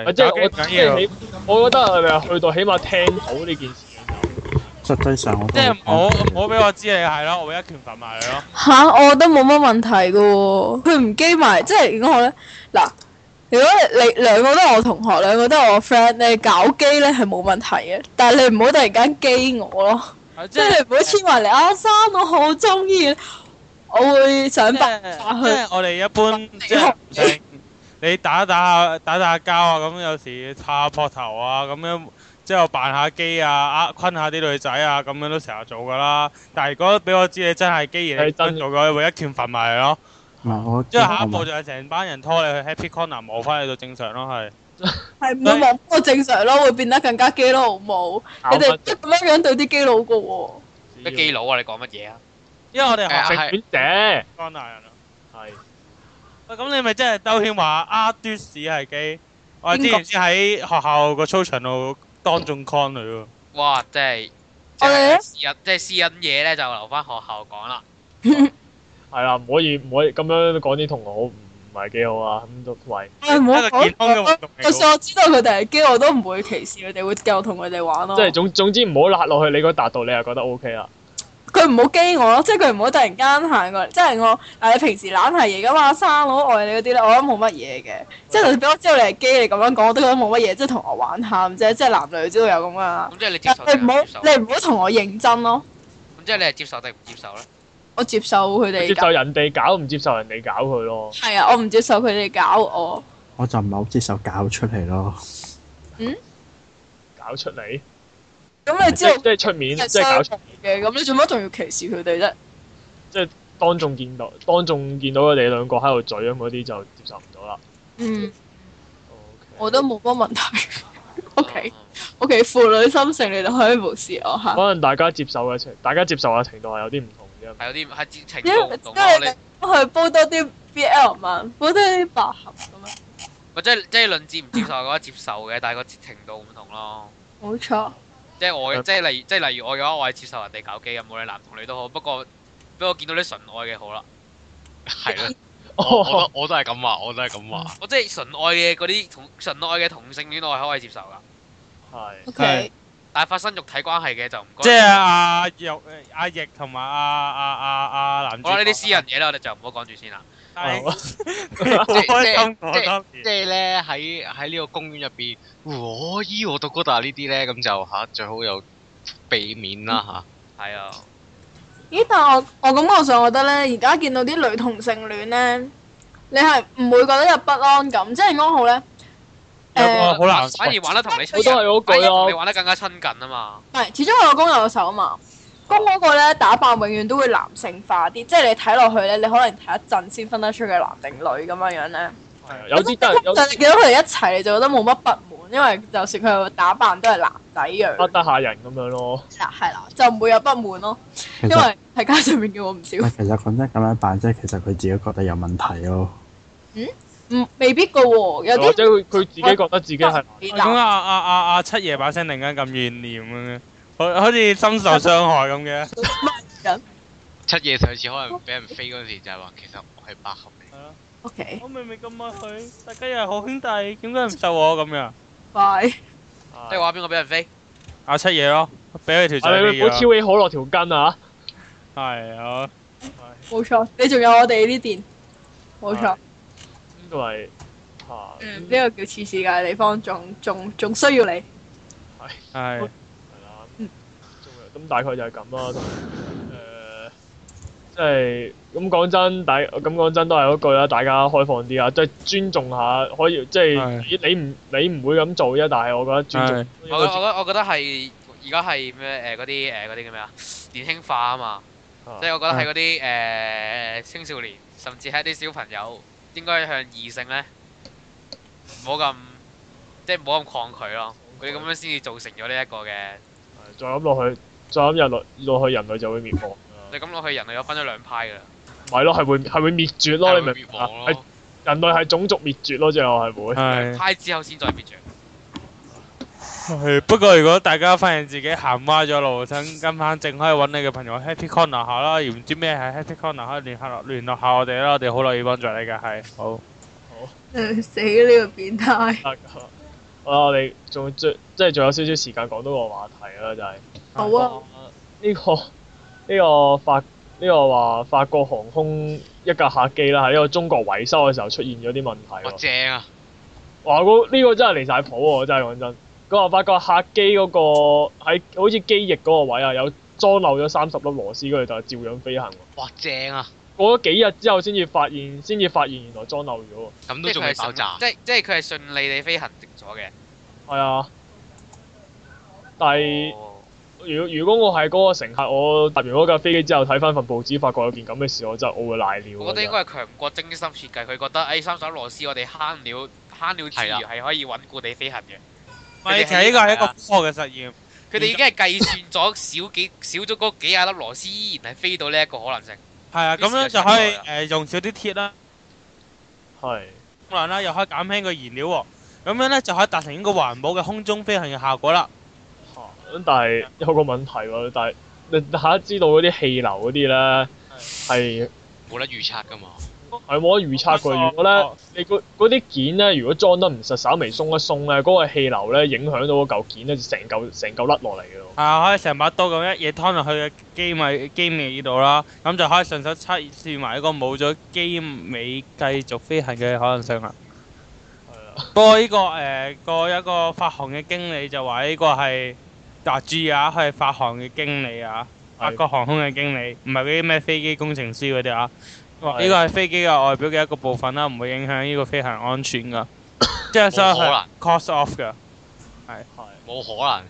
Speaker 3: 係
Speaker 1: 即係
Speaker 3: 打機
Speaker 1: 我
Speaker 3: 唔緊要，
Speaker 1: 即係起，我覺得係咪啊去到起碼聽到呢件事嘅時候，
Speaker 5: 實際上我都
Speaker 3: 即係唔好
Speaker 5: 講
Speaker 3: 唔好俾我知你係咯，我會一拳揼埋你咯。
Speaker 2: 吓，我覺得冇乜問題噶喎。佢唔基埋，即係如果我咧嗱，如果你兩個都係我同學，兩個都係我 friend 咧，搞基咧係冇問題嘅。但係你唔好突然間基我咯，
Speaker 3: 啊
Speaker 2: 即係你唔好
Speaker 3: 即
Speaker 2: 黐埋嚟。阿生，我好中意，我會想辦
Speaker 3: 係
Speaker 2: 法
Speaker 3: 即
Speaker 2: 去。
Speaker 3: 係我哋一般即係唔使你打打下打打下交啊，咁有時擦下膊頭啊，咁樣之後扮下機啊，呃坤下啲女仔啊，咁樣都成日做噶啦。但係如果俾我知你真係基而你
Speaker 1: 係真
Speaker 3: 真做嘅，會一拳揼埋你咯。
Speaker 5: 唔係我
Speaker 3: 之後下一步就係成班人拖你去 Happy Corner 磨翻你到正常咯，係。
Speaker 2: 係唔會望我正常咯，會變得更加基咯，好冇？
Speaker 1: 搞
Speaker 2: 你哋
Speaker 1: 乜
Speaker 2: 即係咁樣樣對啲基佬噶喎。
Speaker 4: 咩基佬啊？你講乜嘢啊？
Speaker 3: 因為我哋學
Speaker 7: 誒
Speaker 1: 性
Speaker 7: 係
Speaker 1: 戀者
Speaker 3: Corner 人啊。
Speaker 1: 係
Speaker 3: 喂，咁你咪真係兜圈話啊嘟屎係基？我之前先喺學校個操場度當眾 con 你喎。
Speaker 4: 哇！即係即
Speaker 2: 我哋
Speaker 4: 係
Speaker 2: 咧
Speaker 4: 私隱，即係私隱嘢咧，就留翻學校講啦。
Speaker 1: 係啦，唔可以唔可以咁樣講啲同學好唔唔係幾好啊，咁都喂
Speaker 2: 唉唔好
Speaker 3: 一個健康嘅活動嚟
Speaker 2: 就
Speaker 3: 嘅喎。
Speaker 2: 算我知道佢哋係基，我都唔會歧視佢哋，會繼續同佢哋玩咯。
Speaker 1: 即係總總之唔好辣落去你嗰達度，你又覺得 O K 啦。
Speaker 2: 佢唔好激我咯，即係佢唔好突然間行過嚟，即係我誒平時懶係嘢噶嘛，生佬愛你嗰啲咧，我覺得冇乜嘢嘅。即係就算俾我知道你係基，你咁樣講，我都覺得冇乜嘢，即係同我玩下咁啫，即係男女都有咁噶啦。啊
Speaker 4: 咁即係你接
Speaker 2: 但
Speaker 4: 受
Speaker 2: 係你
Speaker 4: 定
Speaker 2: 唔
Speaker 4: 唔
Speaker 2: 好
Speaker 4: 接受？
Speaker 2: 你唔好同我認真咯。 [LAUGHS]
Speaker 4: 咁即係你係接受定唔接受咧？
Speaker 2: 我接受佢哋
Speaker 1: 接
Speaker 2: 搞
Speaker 1: 受，人哋搞，唔接受人哋搞佢咯。
Speaker 2: 係啊，我唔接受佢哋搞我。
Speaker 5: 我就唔係好接受搞出嚟咯。
Speaker 1: 搞出嚟，
Speaker 2: 咁你
Speaker 1: 即
Speaker 2: 知道
Speaker 1: 係即係出面，
Speaker 2: 係
Speaker 1: 即係搞出
Speaker 2: 相，同嘅，咁你做乜仲要歧視佢哋啫？
Speaker 1: 當眾見到，當眾見到佢哋兩個喺度嘴咁嗰啲就接受唔到啦。
Speaker 2: 嗯，
Speaker 1: OK
Speaker 2: 我都冇乜問題。O [LAUGHS]
Speaker 4: 嗯
Speaker 2: K O K，父女心性你就可以無視我嚇。
Speaker 1: 可能大家接受嘅程，大家接受嘅程度係有啲唔同 [LAUGHS] 啫。
Speaker 4: 係有啲係接情
Speaker 2: 因為
Speaker 4: 況唔
Speaker 2: 即
Speaker 4: 同咯，
Speaker 2: 係
Speaker 4: 你
Speaker 2: 你去煲多啲 B L 文，煲多啲百合咁樣。
Speaker 4: 或者即係論接唔接受嘅話，接受嘅，但係個接程度唔同咯。
Speaker 2: 冇錯，
Speaker 4: 即係我
Speaker 1: 嗯
Speaker 4: 即係例如即係例如我嘅話，我係接受人哋搞基嘅，無論男同女都好。不過不過見到啲純愛嘅好啦，
Speaker 7: 係啦，我我
Speaker 1: 哦，
Speaker 7: 都我都係咁話，我都係咁話。
Speaker 4: 我即係純愛嘅嗰啲同純愛嘅同性戀我係可以接受噶，
Speaker 1: 係
Speaker 2: OK
Speaker 4: 但係發生肉體關係嘅就唔該。
Speaker 3: 即係啊阿玉、阿奕同埋啊阿阿阿阿啊男主角。
Speaker 4: 好啦，呢啲私人嘢啦，我哋就唔好講住先啦。
Speaker 3: 但 [LAUGHS] 係。 [LAUGHS]
Speaker 7: 即
Speaker 3: 好開
Speaker 7: 係
Speaker 3: 心講多
Speaker 7: 即
Speaker 1: 嗯
Speaker 3: 次。
Speaker 7: 係咧喺喺呢個公園入邊，我依我獨哥達呢啲咧，咁就吓最好又避免
Speaker 1: 嗯
Speaker 7: 啦吓。
Speaker 4: 係啊，
Speaker 2: 咦？但係我我感覺上覺得咧，而家見到啲女同性戀咧，你係唔會覺得有不安感，即係講好咧。
Speaker 3: 有個
Speaker 2: 誒，
Speaker 3: 好難
Speaker 4: 反而玩得同你
Speaker 1: 我都係嗰句啊
Speaker 4: 同你
Speaker 1: 咯。
Speaker 4: 玩得更加親近啊嘛。
Speaker 2: 唔係，始終我老公有手啊嘛。公嗰個咧打扮永遠都會男性化啲，即係你睇落去咧，你可能睇一陣先分得出佢係男定女咁樣樣咧。
Speaker 1: 係啊有啲真係有
Speaker 2: 但係你見到佢哋一齊，你就覺得冇乜不滿，因為就算佢打扮都係男仔樣，
Speaker 1: 不呃得下人咁樣咯。
Speaker 2: 啦係啦，就唔會有不滿咯。
Speaker 5: 其
Speaker 2: 因
Speaker 5: 實
Speaker 2: 為喺街上面見過唔少
Speaker 1: [LAUGHS]
Speaker 5: 唔，係，其實講真咁樣扮，即係其實佢自己覺得有問題咯。
Speaker 2: 唔嗯未必噶喎，有
Speaker 1: 或
Speaker 2: 啲
Speaker 1: 者佢佢自己覺得自己係
Speaker 2: 係
Speaker 3: 咁
Speaker 2: 啦
Speaker 3: 啊啊啊啊！七爺把聲突然間咁怨念咁樣，好好似深受傷害咁嘅。
Speaker 1: 啊
Speaker 7: 七夜上次可能俾人飛嗰陣時就係話，其實我係百合嚟。
Speaker 2: ，OK，
Speaker 3: [LAUGHS] 我明明咁愛佢，大家又係好兄弟，點解唔受我咁樣？
Speaker 2: 拜。
Speaker 4: 即係話邊個俾人飛？
Speaker 3: 阿七爺咯，俾佢條
Speaker 1: 啊！
Speaker 3: 仔
Speaker 1: 你唔好
Speaker 3: 飛
Speaker 1: 挑
Speaker 3: 咗。
Speaker 1: 起可樂條筋啊！
Speaker 3: 係啊，
Speaker 2: 冇錯，你仲有我哋呢邊，冇錯，
Speaker 1: 啊呢度係啊嚇
Speaker 2: 嗯呢個叫次世界嘅地方，仲仲仲需要你。
Speaker 3: 係。
Speaker 1: 係啦，
Speaker 2: 嗯
Speaker 1: 咁大概就係咁啦。同埋誒，即係咁講真，大咁講真都係嗰句啦，大家開放啲啊，即係尊重下，可以即係你你唔你唔會咁做啫，但係我覺得尊重
Speaker 3: 係
Speaker 4: 我我覺得我覺得係而家係咩誒嗰啲誒嗰啲叫咩啊？年輕化啊嘛，
Speaker 1: 啊
Speaker 4: 即係我覺得係嗰啲誒青少年，甚至係一啲小朋友，應該向異性咧唔好咁即係唔好咁抗拒咯。佢哋咁樣先至造成咗呢一個嘅，
Speaker 1: 再咁落去，再咁入落落去，人類就會滅亡㗎。
Speaker 4: 你咁落去人類有分咗兩派㗎啦。
Speaker 1: 唔係咯，係會係會滅絕咯，
Speaker 7: 係
Speaker 1: 你明
Speaker 7: 會
Speaker 1: 唔明
Speaker 7: 滅
Speaker 1: 啊？
Speaker 7: 亡
Speaker 1: 係
Speaker 7: 咯。
Speaker 1: 人類係種族滅絕咯，最後係會。
Speaker 3: 係。
Speaker 4: 派之後先再滅絕。
Speaker 3: 係，不過如果大家發現自己行歪咗路，想跟翻正，可以揾你嘅朋友 Happy Corner 下啦，而唔知咩係 Happy Corner，可以聯絡聯絡下我哋啦，我哋好樂意幫助你嘅，係好。
Speaker 2: 嗯死呢個變態！
Speaker 1: 得㗎好啦，啊我哋仲最即係仲有少少時間講到個話題啦，就係、
Speaker 2: 好啊，
Speaker 1: 呢、個呢、個法呢、個話法國航空一架客機啦，喺呢個中國維修嘅時候出現咗啲問題
Speaker 7: 哇
Speaker 1: 喎。
Speaker 7: 正啊！
Speaker 1: 哇！嗰呢、個真係離晒譜喎，真係講真。佢話發覺客機嗰、個喺好似機翼嗰個位啊，有裝漏咗三十粒螺絲，跟住就照樣飛行喎。
Speaker 7: 哇正啊！
Speaker 1: 過咗幾日之後，先至發現，先至發現原來裝漏咗喎。
Speaker 7: 咁
Speaker 4: 即
Speaker 7: 都
Speaker 4: 係
Speaker 7: 仲
Speaker 4: 佢係
Speaker 7: 未
Speaker 4: 順
Speaker 7: 爆炸
Speaker 4: 即。係即係佢係順利地飛行直咗嘅。
Speaker 1: 係啊，但係
Speaker 4: 哦
Speaker 1: 如果如果我係嗰個乘客，我搭完嗰架飛機之後睇翻份報紙，發覺有件咁嘅事，我真係我會賴尿。
Speaker 4: 我覺得應該係強國精心設計，佢覺得哎誒三手螺絲我哋慳料慳料之
Speaker 7: 係啦
Speaker 4: 餘係可以穩固地飛行嘅。
Speaker 3: 唔係，其實呢個啊係一個科學嘅實驗，
Speaker 4: 佢哋已經係計算咗少幾少咗嗰幾廿粒螺絲，依然係飛到呢一個可能性。
Speaker 3: 係啊，咁樣就可以誒用少啲鐵啦、
Speaker 1: 係。
Speaker 3: 咁樣啦，又可以減輕個燃料喎，咁樣咧就可以達成呢個環保嘅空中飛行嘅效果啦。
Speaker 1: 嚇咁但係有個問題喎，但係你大家知道嗰啲氣流嗰啲咧係
Speaker 7: 冇得預測㗎嘛。
Speaker 1: 係冇得預測嘅。如果咧你嗰嗰啲件咧，如果裝得唔實，稍微鬆一鬆咧，嗰、個氣流咧影響到嗰嚿件咧，就成嚿成嚿甩落嚟嘅咯。
Speaker 3: 係啊，可以成把刀咁一嘢劏落去嘅機尾機尾呢度啦，咁就可以順手測試埋一個冇咗機尾繼續飛行嘅可能性啦。
Speaker 1: 係啊，
Speaker 3: 不過呢、個誒、呃個一個發行嘅經理就話呢個係達 G 啊，係發行嘅經理啊，法國航空嘅經理，唔係嗰啲咩飛機工程師嗰啲啊。話
Speaker 1: 係
Speaker 3: 呢個係飛機嘅外表嘅一個部分啦，唔會影響呢個飛行安全噶。即係所有係
Speaker 7: 冇
Speaker 3: cost off 噶。
Speaker 1: 係
Speaker 7: 冇可能。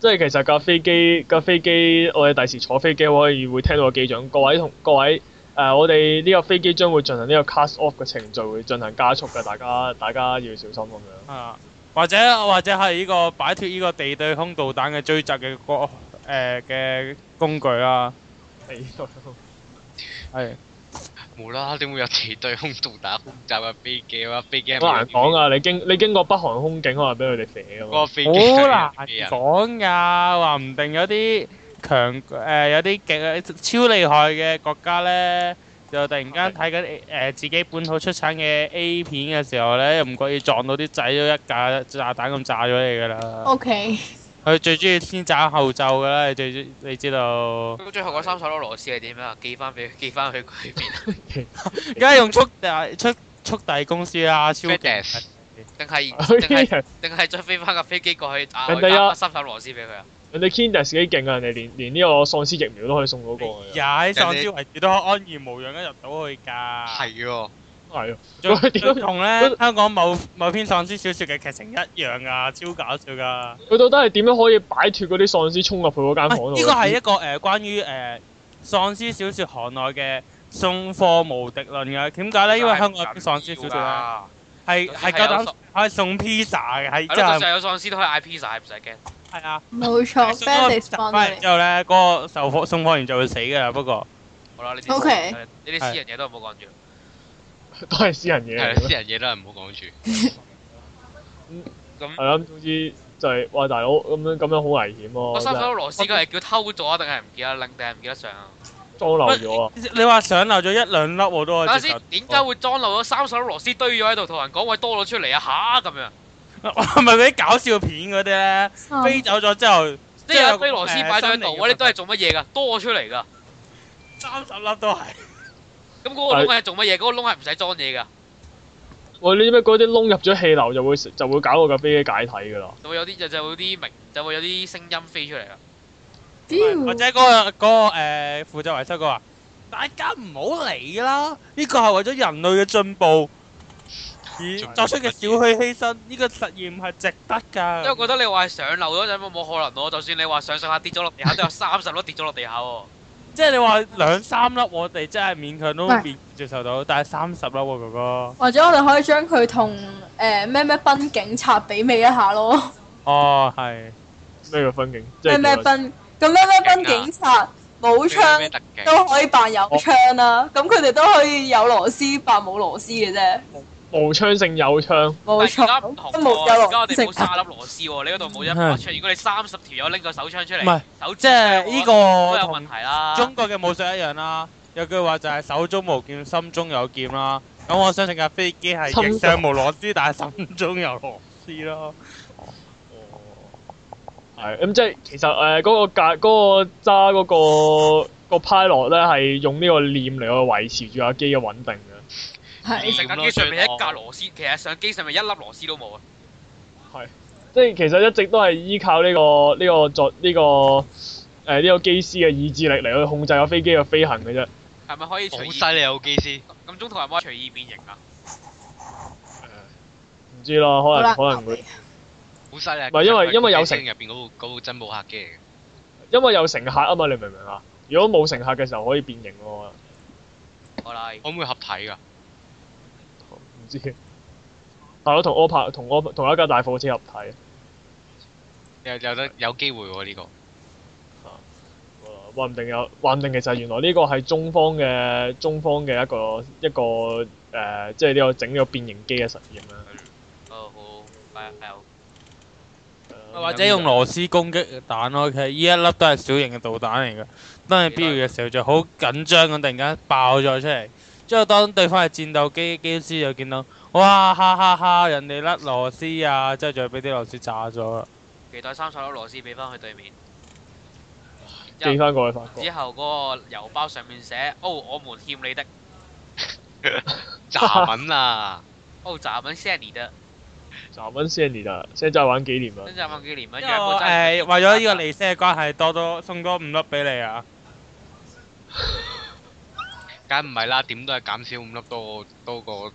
Speaker 1: 即係其實架飛機架飛機，我哋第時坐飛機可以會聽到個機長，各位同各位誒、呃我哋呢個飛機將會進行呢個 cast off 嘅程序，會進行加速嘅，大家大家要小心咁樣。
Speaker 3: 啊，或者或者係呢個擺脱呢個地對空導彈嘅追襲嘅個誒嘅工具啦。
Speaker 1: 係
Speaker 3: 係
Speaker 7: 無啦啦點會有地對空導彈空襲嘅飛機啊？飛機係咪
Speaker 1: 好難講啊！你經你經過北韓空警，可能俾佢哋射
Speaker 7: 嗰
Speaker 1: 㗎
Speaker 7: 個
Speaker 1: 嘛。
Speaker 7: 飛機啊係
Speaker 3: 好難
Speaker 7: 咪飛人
Speaker 3: 講噶，話唔定有啲強誒、有啲勁超厲害嘅國家咧，就突然間睇緊誒自己本土出產嘅 A 片嘅時候咧，又唔覺意撞到啲仔都一架炸彈咁炸咗你噶啦。
Speaker 2: O K，
Speaker 3: 佢最中意先斬後奏噶啦，你最中你知道，
Speaker 4: 咁最後嗰三首螺絲係點啊？寄翻俾寄翻去佢 [LAUGHS] 邊，啊
Speaker 3: 梗係用速遞速速遞公司啦，超勁
Speaker 7: FedEx
Speaker 1: [LAUGHS]
Speaker 4: 定係定係
Speaker 1: 人
Speaker 4: 定係再飛翻架飛機過去打
Speaker 1: 人哋啊
Speaker 4: 打三首螺絲俾佢啊？
Speaker 1: 哋 Kindes 幾勁啊！人哋連連呢個喪屍疫苗都可以送到
Speaker 3: [LAUGHS]
Speaker 1: 過去啊。
Speaker 3: 呀！喺喪
Speaker 7: 人
Speaker 3: 屍圍住都安然無恙咁入到去㗎。
Speaker 1: 啊
Speaker 7: 係喎，
Speaker 1: 係啊，
Speaker 3: 最
Speaker 1: 喂點解
Speaker 3: 最同咧香港某某篇喪屍小説嘅劇情一樣噶，超搞笑噶。
Speaker 1: 佢到底係點樣可以擺脱嗰啲喪屍衝入去嗰間
Speaker 3: 喂
Speaker 1: 房度呢？
Speaker 3: 呢個係一個誒、呃、關於誒、呃、喪屍小説行內嘅送貨無敵論嘅。點解咧？因為香港有啲喪屍小説咧
Speaker 4: 㗎。
Speaker 3: 係係夠膽可以送 pizza 嘅，係
Speaker 4: 係
Speaker 3: 真
Speaker 4: 咯，就
Speaker 3: 係
Speaker 4: 算有喪屍都可以嗌 pizza，係唔使驚。
Speaker 3: 係啊。
Speaker 4: 嗯
Speaker 2: 冇錯
Speaker 3: 送咗個
Speaker 2: Bandits
Speaker 3: pizza 翻嚟之後咧，嗰、個售貨送貨員就會死㗎啦。不過
Speaker 4: 好啦，呢啲
Speaker 2: OK
Speaker 4: 呢啲私人嘢都唔好講住。
Speaker 1: [LAUGHS] 都係私人嘢嚟
Speaker 7: 係
Speaker 1: 嘅
Speaker 7: 私人嘢都係唔好講住。
Speaker 4: 咁
Speaker 1: 係啦，咁總之就係、哇大佬咁樣咁樣好危險咯、
Speaker 4: 我三
Speaker 1: 真係
Speaker 4: 首螺絲佢係叫偷咗啊，定係唔記得拎，定係唔記得上啊？
Speaker 1: 裝漏咗啊！
Speaker 3: 你話上漏咗一兩粒我都
Speaker 4: 等
Speaker 3: 可以
Speaker 4: 下
Speaker 3: 接
Speaker 4: 先
Speaker 3: 受。，
Speaker 4: 點
Speaker 3: [LAUGHS]
Speaker 4: 解會裝漏咗三首螺絲堆咗喺度，同人講喂多咗出嚟啊嚇咁樣？
Speaker 3: 係咪嗰啲搞笑片嗰啲咧？
Speaker 2: 啊
Speaker 3: 飛走咗之後。
Speaker 4: 即係有一堆螺絲擺咗喺度，喂你都係做乜嘢㗎？多咗出嚟㗎。
Speaker 3: 三十粒都係。
Speaker 4: 咁嗰個窿係做乜嘢？嗰個窿係唔使裝嘢㗎，
Speaker 1: 喂，你知唔知嗰啲窿入咗氣流就會就會搞到架飛機解體㗎啦？
Speaker 4: 就會有啲就就會有啲明就會有啲聲音飛出嚟啦。
Speaker 3: 或者嗰、個嗰、個誒、呃、負責維修嗰個話：大家唔好嚟啦，呢個係為咗人類嘅進步而作出嘅小許犧牲，呢、個實驗係值得㗎。
Speaker 4: 因為我覺得你話係上樓嗰陣冇冇可能咯，就算你話上上下跌咗落地下，都有三十粒跌咗落地下喎。
Speaker 3: 即係你話兩三粒，我哋真係勉強都
Speaker 2: 唔係
Speaker 3: 勉接受到，但係三十粒喎哥哥。
Speaker 2: 或者我哋可以將佢同誒咩咩賓警察媲美一下咯，
Speaker 3: 哦，係。
Speaker 1: 咩叫分警？即
Speaker 2: 咩
Speaker 1: 係
Speaker 2: 咩
Speaker 1: 叫做
Speaker 2: 賓咁咩咩賓警
Speaker 4: 啊
Speaker 2: 察冇槍
Speaker 7: 咩特技？
Speaker 2: 都可以扮有槍
Speaker 4: 哦
Speaker 2: 啦，咁佢哋都可以有螺絲扮冇螺絲嘅啫，
Speaker 1: 無槍勝有槍，
Speaker 2: 冇
Speaker 4: 但係而家
Speaker 2: 錯
Speaker 4: 唔，同
Speaker 2: 都冇
Speaker 4: 喎，
Speaker 2: 有
Speaker 4: 而家
Speaker 2: 螺
Speaker 4: 我哋冇
Speaker 2: 絲。
Speaker 4: 三粒螺絲喎，你嗰度冇一把槍。如果你三十條友拎個手槍出嚟，
Speaker 3: 唔係
Speaker 4: 手
Speaker 3: 即係呢個
Speaker 4: 都有
Speaker 3: 同
Speaker 4: 問題啦。
Speaker 3: 中國嘅武術一樣啦，有句話就係手中無劍，心中有劍啦。咁我相信架飛機係翼上無螺絲，但係心中有螺絲咯。
Speaker 1: 哦係咁即係其實誒嗰、個架嗰、個揸嗰、個、個 pilot 咧係用呢個念嚟去維持住架機嘅穩定嘅。
Speaker 2: 係
Speaker 4: 成架機上面一架螺絲，其實上機上面一粒螺絲都冇啊。
Speaker 1: 即係其實一直都係依靠呢、個呢、個作呢、個誒呢、個機師嘅意志力嚟去控制個飛機嘅飛行嘅啫。
Speaker 4: 係咪可以
Speaker 7: 好
Speaker 4: 隨意？
Speaker 7: 犀利啊！有機師，
Speaker 4: 咁中途係咪可以隨意變形啊？
Speaker 1: 唔知啦，可
Speaker 2: 好啦
Speaker 1: 能可能會。
Speaker 7: 好犀利啊。
Speaker 1: 唔係因為因為有
Speaker 7: 成
Speaker 1: 成
Speaker 7: 入邊嗰部嗰部真冇客機嚟嘅。
Speaker 1: 因為有乘客啊嘛，你明唔明啊？如果冇乘客嘅時候可以變形咯，
Speaker 4: 我哋
Speaker 7: 可唔可以合體㗎？
Speaker 1: 唔知。大佬同柯柏同柯同一架大貨車合體，
Speaker 7: 有有得有機會喎呢 [LAUGHS] 個。
Speaker 1: 話唔定有話唔定其實原來呢個係中方嘅中方嘅一個一個誒、呃即係呢個整呢個變形機嘅實驗啊啦。
Speaker 4: 哦好，加油！
Speaker 1: 呃
Speaker 3: 或者用螺絲攻擊彈咯，其實呢一粒都係小型嘅導彈嚟嘅。當你必要嘅時候就好緊張咁，突然間爆咗出嚟。之後當對方係戰鬥機機師就見到，哇哈哈哈！人哋甩螺絲啊，之後就俾啲螺絲炸咗啦。
Speaker 4: 期待三十粒螺絲俾翻佢對面。
Speaker 1: 寄翻過去法國
Speaker 4: 之。後嗰個郵包上面寫：哦，我們欠你的。
Speaker 7: 炸文啊！啊
Speaker 4: 哦，咱們是你的。
Speaker 1: 咋温 Sandy 啦，現在玩幾年啦？
Speaker 4: 真係問幾年啊？
Speaker 3: 因
Speaker 4: 因
Speaker 3: 為我誒為咗呢個利息嘅關係，多多送多五粒俾你啊！
Speaker 7: 梗唔係啦，點都係減少五粒多過多過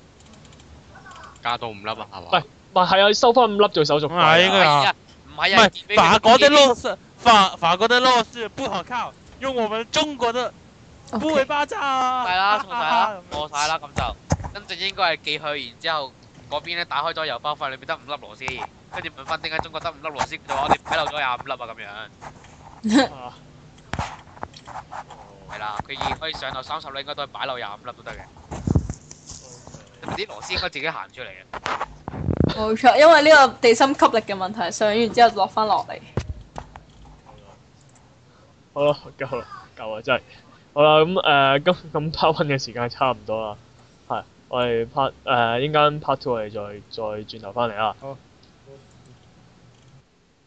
Speaker 7: 加多五粒啊，係
Speaker 1: 喂
Speaker 7: 嘛？
Speaker 1: 唔係係啊，收翻五粒做手續費啊。
Speaker 3: 係呢個
Speaker 4: 啊，唔係
Speaker 3: 唔
Speaker 4: 啊，
Speaker 3: 係，法國的弱勢，法法國的弱勢不可靠，用我們中國的不會巴渣啊！[LAUGHS]
Speaker 4: 係啦，錯晒啦，錯晒啦，咁就真正應該係寄去，然之後嗰邊咧打開咗郵包，發現裏邊得五粒螺絲，跟住問翻點解中國得五粒螺絲，就話我哋睇漏咗廿五粒啊
Speaker 1: 啊
Speaker 4: 咁樣，係啦，佢而可以上到三十粒，應該都係擺漏廿五粒都得嘅，啲螺絲應該自己行出嚟嘅，
Speaker 2: 冇錯，因為呢個地心吸力嘅問題，上完之後落翻落嚟。
Speaker 1: 好啦，夠啦，夠啦，真係。好啦，咁誒、呃今咁 part one 嘅時間差唔多啦，係，我哋 part 誒、呃、應間 part two 我哋再再轉頭翻嚟啦。
Speaker 3: 好